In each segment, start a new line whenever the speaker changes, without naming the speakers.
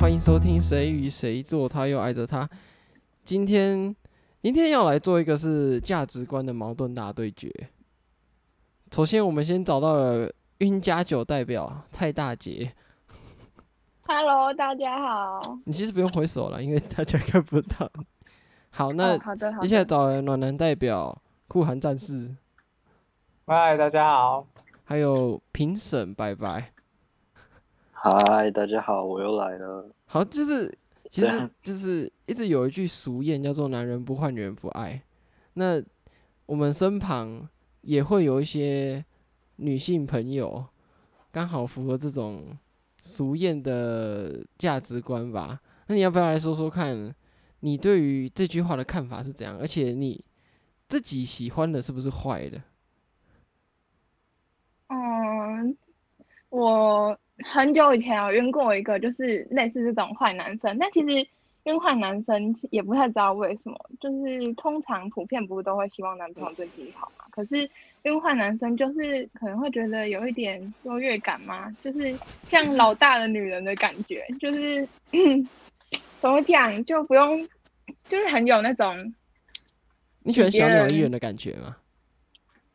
欢迎收听《谁与谁做》，他又爱着他。今天，今天要来做一个是价值观的矛盾大对决。首先，我们先找到了晕加酒代表蔡大姐，
Hello，大家好。
你其实不用回手了，因为大家看不到。好，那
哦、好的，好
接下来
的。
找了暖男代表酷寒战士，
嗨，大家好。
还有评审拜拜。
嗨，大家好，我又来了。
好，就是其
对
实
啊
就是一直有一句俗谚叫做“男人不坏，女人不爱”。那我们身旁也会有一些女性朋友，刚好符合这种俗谚的价值观吧？那你要不要来说说看，你对于这句话的看法是怎样？而且你自己喜欢的是不是坏的？
嗯，我很久以前有晕过一个，就是类似这种坏男生，但其实晕坏男生也不太知道为什么，就是通常普遍不是都会希望男朋友对自己好嘛，可是晕坏男生就是可能会觉得有一点优越感嘛，就是像老大的女人的感觉，就是 怎么讲就不用，就是很有那种
你喜欢
别
小鸟依
人
人的感觉吗？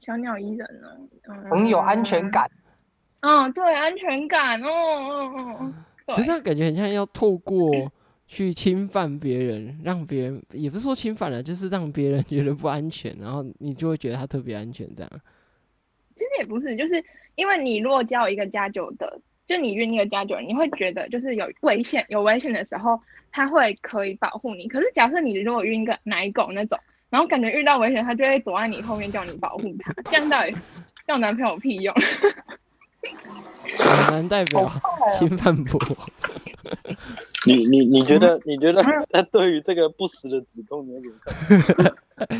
小鸟依人哦，嗯
很有安全。感，
嗯，对，安全感，哦哦哦哦，对
可是他感觉很像要透过去侵犯别人，让别人也不是说侵犯了，就是让别人觉得不安全，然后你就会觉得他特别安全这样。
其实也不是，就是因为你如果交一个加九的，就你晕一个加九人，你会觉得就是有危险，有危险的时候，他会可以保护你。可是假设你如果晕一个奶狗那种，然后感觉遇到危险，他就会躲在你后面叫你保护他，这样到底要男朋友有屁用？
很难代
哦
表
啊
侵犯 我。
你你你觉
嗯
得你觉得那对于这个不实的指控，你要怎么看？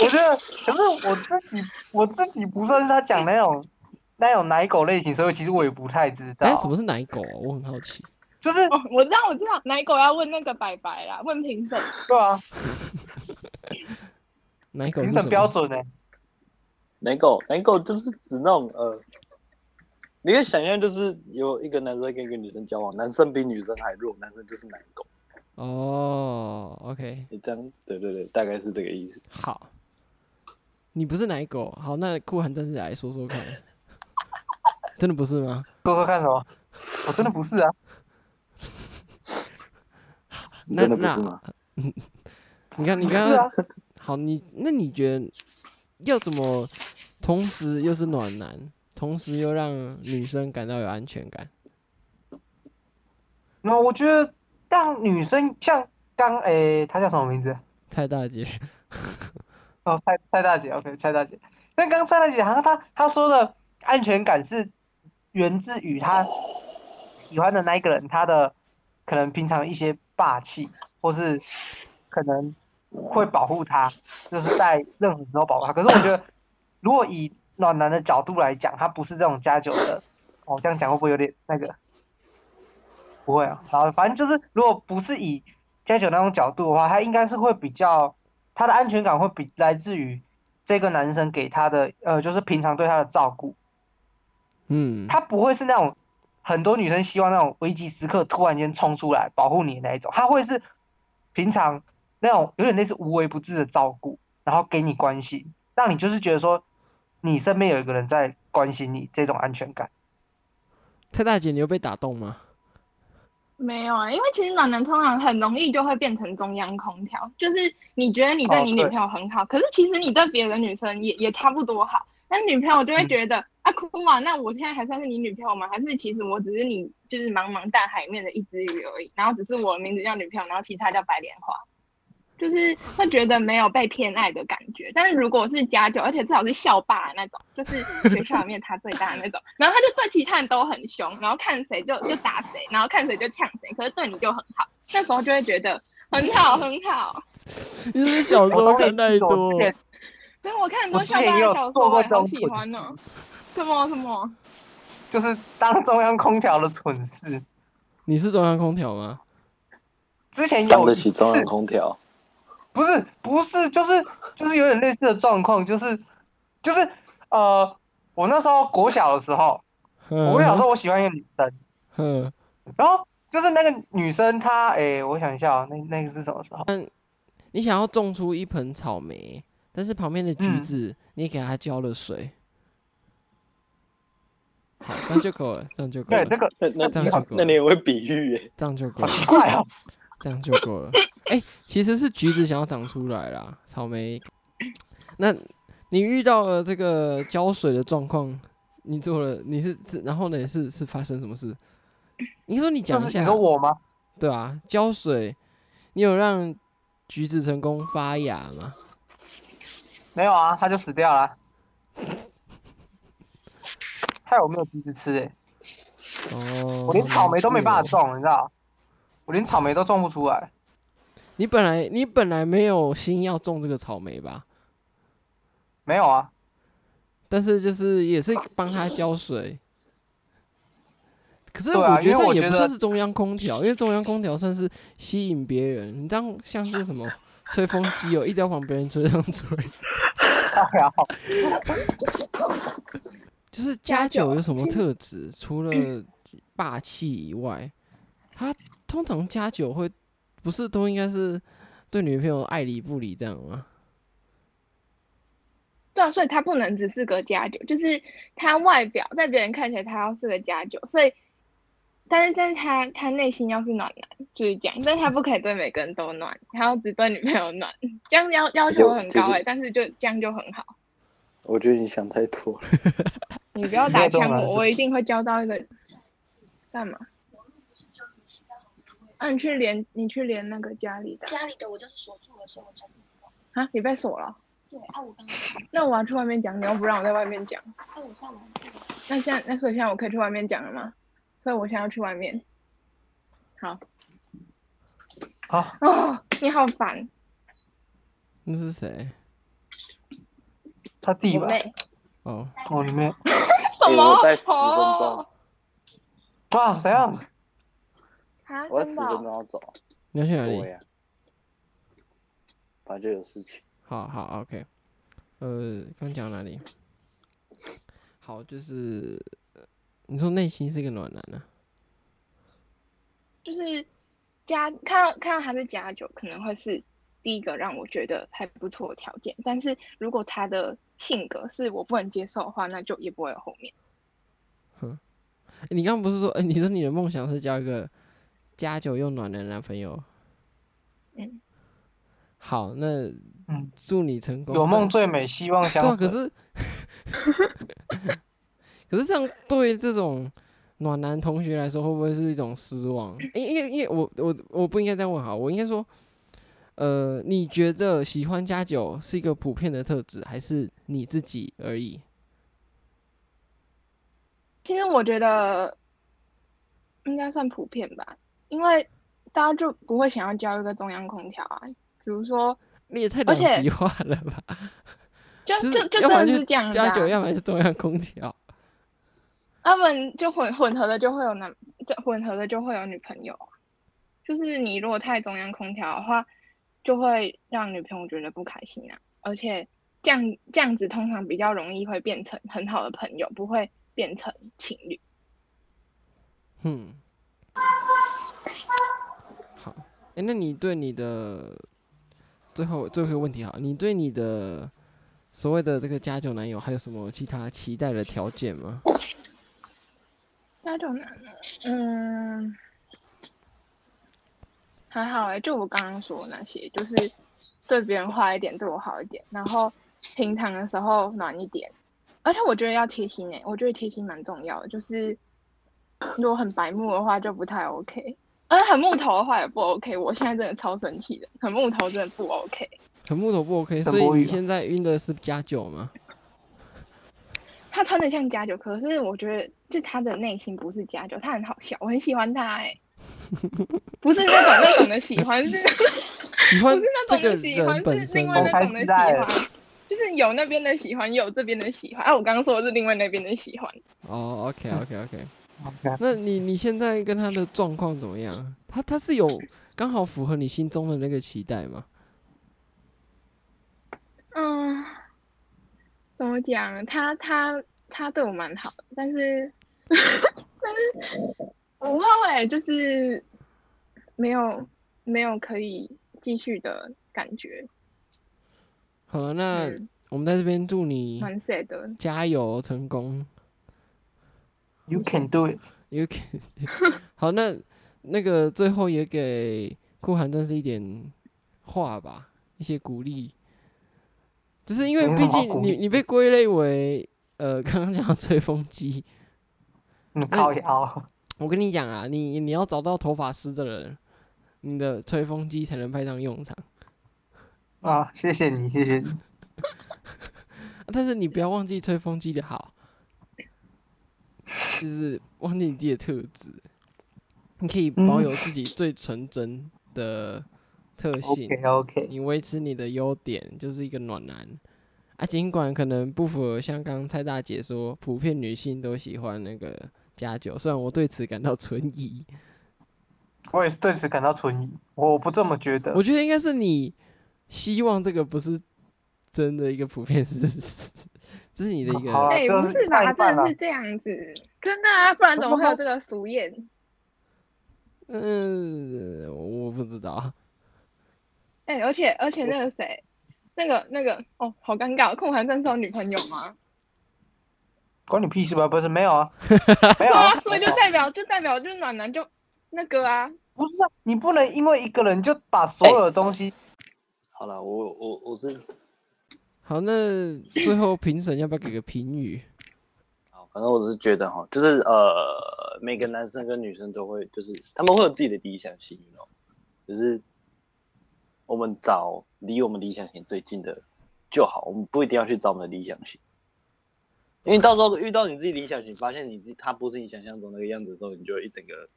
我觉得，可是我自己我自己不算是他讲那种那种奶狗类型，所以其实我也不太知道。
哎、什么是奶狗啊、我很好奇。
就是
哦，我知道，我知道，奶狗要问那个白白啦，问评审。
对啊，
奶狗
评
是
审
什
标
么？
准欸呢、
奶狗奶狗就是指那种呃，你可以想象就是有一个男生跟一个女生交往，男生比女生还弱，男生就是奶狗。
哦，OK，
你这样对对对，大概是这个意思。
好。你不是奶狗，好，那酷寒战士来说 说看，真的不是吗？
说说看什么？我真的不是啊，
那
真的不是吗？
你看，你
不是
刚
啊
刚，好，你那你觉得要怎么同时又是暖男，同时又让女生感到有安全感？
那我觉得让女生像刚诶、她叫什么名字？
蔡大姐，
哦，蔡蔡大姐，OK，蔡大姐。那刚刚蔡大姐好像她她说的安全感是源自于她喜欢的那一个人，他的可能平常一些霸气，或是可能会保护她，就是在任何时候保护她。可是我觉得，如果以暖男的角度来讲，他不是这种加酒的。哦，这样讲会不会有点那个？不会啊，然后反正就是，如果不是以加酒那种角度的话，他应该是会比较。他的安全感会比来自于这个男生给他的，呃，就是平常对他的照顾。
嗯，
他不会是那种很多女生希望那种危机时刻突然间冲出来保护你的那一种，他会是平常那种有点类似无微不至的照顾，然后给你关心，让你就是觉得说你身边有一个人在关心你这种安全感。
蔡大姐，你有被打动吗？
没有啊，因为其实暖男通常很容易就会变成中央空调，就是你觉得你对
哦
你女
对
朋友很好，可是其实你对别的女生也也差不多好，那女朋友就
嗯
会觉得、啊哭啊，那我现在还算是你女朋友吗？还是其实我只是你就是茫茫大海里面的一只鱼而已，然后只是我的名字叫女朋友，然后其他叫白莲花。就是会觉得没有被偏爱的感觉，但是如果是家酒，而且至少是校霸那种，就是学校里面他最大的那种，然后他就对其他人都很凶，然后看谁就就打谁，然后看谁就呛谁，可是对你就很好，那时候就会觉得很好很好。
你是不是小时候
我懂你
看太
意思
多
我之？前
所以我看很
我
多
之
校
前
霸的
也有
小
做
说，
过
我
这
好
种
喜欢
蠢事
哦，，什么什么，
就是当中央空调的蠢事。
你是中央空调吗？
之前
当
有
得
一
起中央
次
空调，
不是不是，就是就是有点类似的状况，就是就是呃，我那时候国小的时候，我国小的时
说，
候我喜欢一个女生，
嗯
然后就是那个女生她，哎、我想一下、哦，那那个是什么时候？
你想要种出一盆草莓，但是旁边的橘
嗯
子、你给它浇了水，好，这样就够了，这样就够
对，
了，
这个
那那
这样就
那
够
那
了
你，也会比喻耶？
这样就够
好
了，
奇怪哦。
这样就够了。哎、其实是橘子想要长出来啦，草莓。那你遇到了这个浇水的状况，你做了，你是是，然后呢是是发生什么事？你说你
就
讲一
是
下，
你说我吗？
对啊，浇水，你有让橘子成功发芽吗？
没有啊，她就死掉了。害我没有橘子吃哎、
哦，
我连
好
草
难
莓都没办法
过哦。
种，你知道？我连草莓都种不出来。
你本来你本来没有心要种这个草莓吧？
没有啊，
但是就是也是帮他浇水。可是
对啊
我觉
因为
这
我
也
觉
不
得
算是中央空调，因为中央空调算是吸引别人，你这样像是什 么吹风机哦，一直要往别人身上吹。
哎呀，
就是
加
加
九
九有什么特质？除了霸气以外，他通常加九会不是都应该是对女朋友爱理不理这样吗？
对啊，所以他不能只是个加九，就是他外表在别人看起来他要是个加九，所以，但是但是他他内心要是暖男，就是这样，但是他不可以对每个人都暖，他要只对女朋友暖，这样要要求
就
很
其
高
实
哎、但是就这样就很好，
我觉得你想太多了。
你不要
没
打
有这种啊
枪
男
我，
生
我一定会交到一个，干嘛？啊，你去连你去连那个家里的
家里的我就是锁住了，所以我才不能够。
啊，你被锁了，
对，啊，我刚刚，
那我要去外面讲，你又不让我在外面讲，
啊，我上网看了，
那现在那所以现在我可以去外面讲了吗？所以我现在要去外面。好。
好，
哦，你好烦，
那是谁？
他弟
我
吧？
妹。
哦，
哦，你妹。
什
欸
么？
我在十分
哦
钟，
哇，怎样？
啊，
我在
真
十
的
分
哦、
钟要走。
你要去哪里
对？呀、反正就有事情。
好好，OK。呃，刚讲哪里？好，就是呃你说内心是个暖男啊呢、
就是加看到看到他是加九，可能会是第一个让我觉得还不错的条件。但是如果他的性格是我不能接受的话，那就也不会有后面。
诶你刚刚不是说，哎、你说你的梦想是交一个加九又暖的男朋友？
嗯，
好，那
嗯
祝你成功。
有
虽然
梦最美，希望
对啊，
相
可
随。
是 可是这样对这种暖男同学来说，会不会是一种失望？因因为因为我我我不应该这样问哈，我应该说，呃，你觉得喜欢加九是一个普遍的特质，还是你自己而已？
其实我觉得应该算普遍吧，因为大家就不会想要交一个中央空调啊。比如说，
你也太
而且
两极化了吧？
就
就
就是就
要不
真
然
的
就是
这样子、
加
啊。
九，要不然就中央空调。
他们就混混合的就会有男，就混合的就会有女朋友啊。就是你如果太中央空调的话，就会让女朋友觉得不开心啊。而且这样这样子通常比较容易会变成很好的朋友，不会变成情侣。
嗯，好，哎、那你对你的最后最后一个问题好，你对你的所谓的这个加九男友还有什么其他期待的条件吗？
那种男的，嗯，还好哎、就我刚刚说的那些，就是对别人坏一点，对我好一点，然后平常的时候暖一点，而且我觉得要贴心哎、我觉得贴心蛮重要的，就是如果很白目的话就不太 OK，而很木头的话也不 OK，我现在真的超生气的，很木头真的不 OK，
很木头不 OK，
陈
所以
柏宇
你
吧
现在晕的是加九吗？
他穿的像加九，可是我觉得就他的内心不是加九，他很好笑，我很喜欢他哎、 不是那种那种的喜欢，是那种
喜
不
欢
是那
这
种
个
的喜
人
欢，
本
是
身哦
另外
吗
的
那种的
我
喜
开始
欢
在，
就是有那边的喜欢，有这边的喜欢。啊，我刚刚说的是另外那边的喜欢，
哦，OK OK OK，
OK
那你你现在跟他的状况怎么样？他他是有刚好符合你心中的那个期待吗？
嗯，怎么讲？他他他对我蛮好的，但是但是我不知道哎、就是没有没有可以继续的感觉，
好了，那
嗯
我们在这边祝你
蛮 sad 的。
加油成功。
You can do it。
You can 好，那那个最后也给酷寒战士一点话吧，一些鼓励。就是因为
没什
毕
么好
竟
鼓
你
励哦
你被归类为呃，刚刚讲到吹风机，
嗯，
哎
靠腰。
我跟你讲啊，你你要找到头发湿的人，你的吹风机才能派上用场。
啊，谢谢你，谢谢你。
啊但是你不要忘记吹风机的好，就是忘记你自己的特质，你可以保
嗯
有自己最纯真的特性，
OK OK，
你维持你的优点，就是一个暖男。啊，尽管可能不符合像刚刚蔡大姐说，普遍女性都喜欢那个加酒，虽然我对此感到存疑，
我也是对此感到存疑，我不这么觉得
我。觉得应该是你希望这个不是真的一个普遍事实，这是你的一个。
好啊
哎、
这
不
是
是
一半
吧？
一半
真的
啊
是这样子，真的啊，不然怎么会有这个俗谚？
嗯，我不知道。
哎、而且而且那个谁，那个那个哦，好尴尬，控寒正是有女朋友吗？
关你屁事吧？不是没有 啊，没
对
有啊
啊，，所以就代表就代表就是暖男就那个啊，
不是啊，你不能因为一个人就把所
哎
有的东西
好了，我我我是
好，那最后评审要不要给个评语？
好，反正哦我只是觉得哈，就是呃，每个男生跟女生都会，就是他们会有自己的理想型哦，就是我们找离我们理想型最近的就好，我们不一定要去找我们的理想型，因为到时候遇到你自己理想型，发现你自己他不是你想象中那个样子的时候，你就会一整个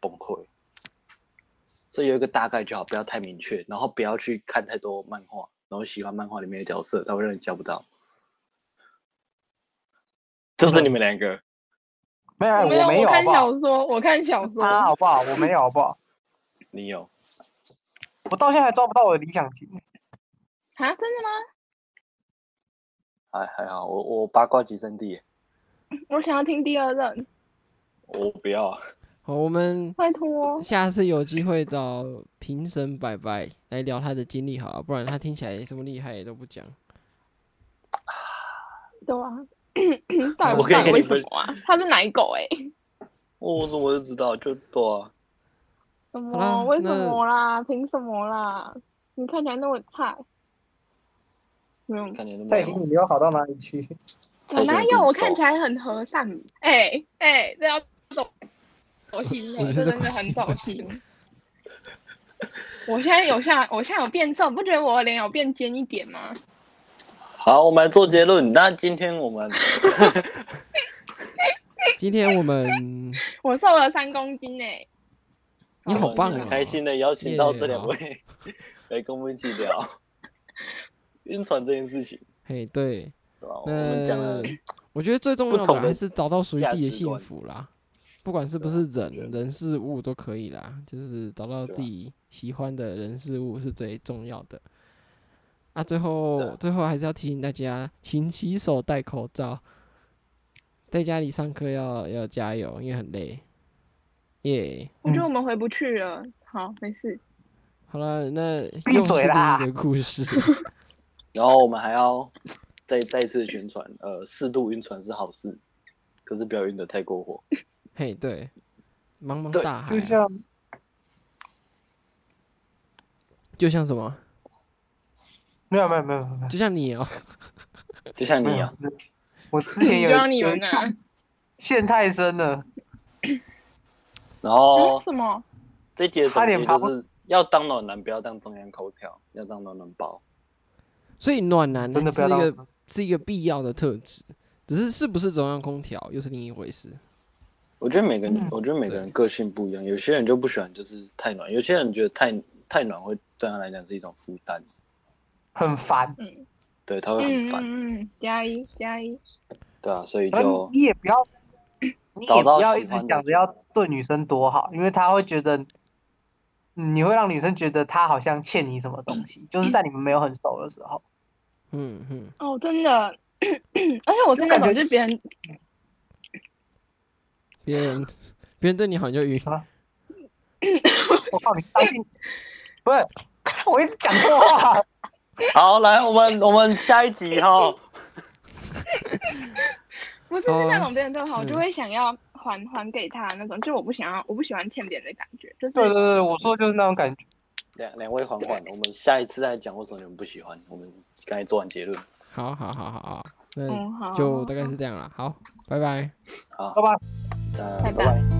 崩溃。所以有一个大概就好，不要太明确，然后不要去看太多漫画，然后喜欢漫画里面的角色，他会让你交不到。就是你们两个，
没有啊，
没有，
没有
我
好
看
不好？
小说，我看小
是
说，
他哦好不好？我没有好不好？
你有
我到现在还抓不到我的理想型。
啊，真的吗？
还还好，我我八卦集圣地耶，
我想要听第二任，
我不要啊，
好，我们
拜托。
下次有机会找评审白白来聊他的经历，好了，不然他听起来这么厉害也都不讲。
对啊， 到底
我可以
到底
跟
为
你分
什么啊？他是奶狗哎、
我我我就知道，就对啊，
什
好啦
么？为什
那
么啦？凭什么啦？你看起来那么菜，没有，
看起来那
在心
么
里没有好到哪里去。
我哪有？我看起
来
来很和善。哎、哎、这要走走心
我
了，
觉
这
得
真的很
走
走心。我现在有下，我现在有变瘦，不觉得我的脸有变尖一点吗？
好，我们来做结论。那今天 我们
今天我们
我瘦了三公斤哎、
你好棒
很
啊！
开心的邀请到这两位来跟我们一起聊晕船这件事情，
嘿，对，
对吧？我们讲
那
了，
我觉得最重
不
要的
同的
还是找到属于
价
自己的
值
幸
观啊
福啦，不管是不是人、人事物都可以啦，就是找到
对
自
啊
己喜欢的人事物是最重要的。啊，最后
啊
最后还是要提醒大家，勤洗手、戴口罩，在家里上课要要加油，因为很累。耶、
我觉得我们回不去了。好，没事。
好了，那
闭
又
嘴
是
啦
另一个故 事。
然后我们还要再再次宣传，呃，适度晕船是好事，可是不要晕得太过火。
嘿，对，茫茫
对
大海
就
啊、
像
就像什么，
没有没有没有没有没有
就像你哦、
就像你
没
啊
嗯
有，，我之前有
就让你
有
们
一
啊
段陷太深了。
然后
哦
嗯，什么？
这一集的
差
总
点
结
爬
就是要当暖男，不要当中央空调，要当暖暖包。
所以暖男
真的不
是一
要当
个是一个必要的特质，只是是不是中央空调又是另一回事。
我觉得每个人，
嗯
我觉得每个
对
人个性不一样，有些人就不喜欢就是太暖，有些人觉得太太暖会对他来讲是一种负担，
很烦，
嗯
对他会很
嗯
烦，
嗯嗯，加一加一。
对啊，所以
然
就
后你也不 要，你
找
也
到
不要
喜
一直
欢的
想着
就
要
好
对女生多好，因为她会觉得，嗯你会让女生觉得她好像欠你什么东西，就是在你们没有很熟的时候。
嗯嗯，
哦，真的。 而且我是
就
那
感
种
觉
就是别人
别人别人对 你好你就晕。
我靠你当 心，不是， 我一直讲错话。
好，来，我们我们下一集哈。
不是
哦
是那种别人对我好，我
嗯
就会想要还还给他那种，就我不想要，我不喜欢欠别人的感觉，就是
对对对，我说的就是那种感觉。
两两位缓缓，我们下一次再讲为什么你们不喜欢。我们刚才做完结论，
好好好好好，那
嗯好，
就大概是这样了。好，拜拜。
好
好，吧，
那
拜拜
拜拜。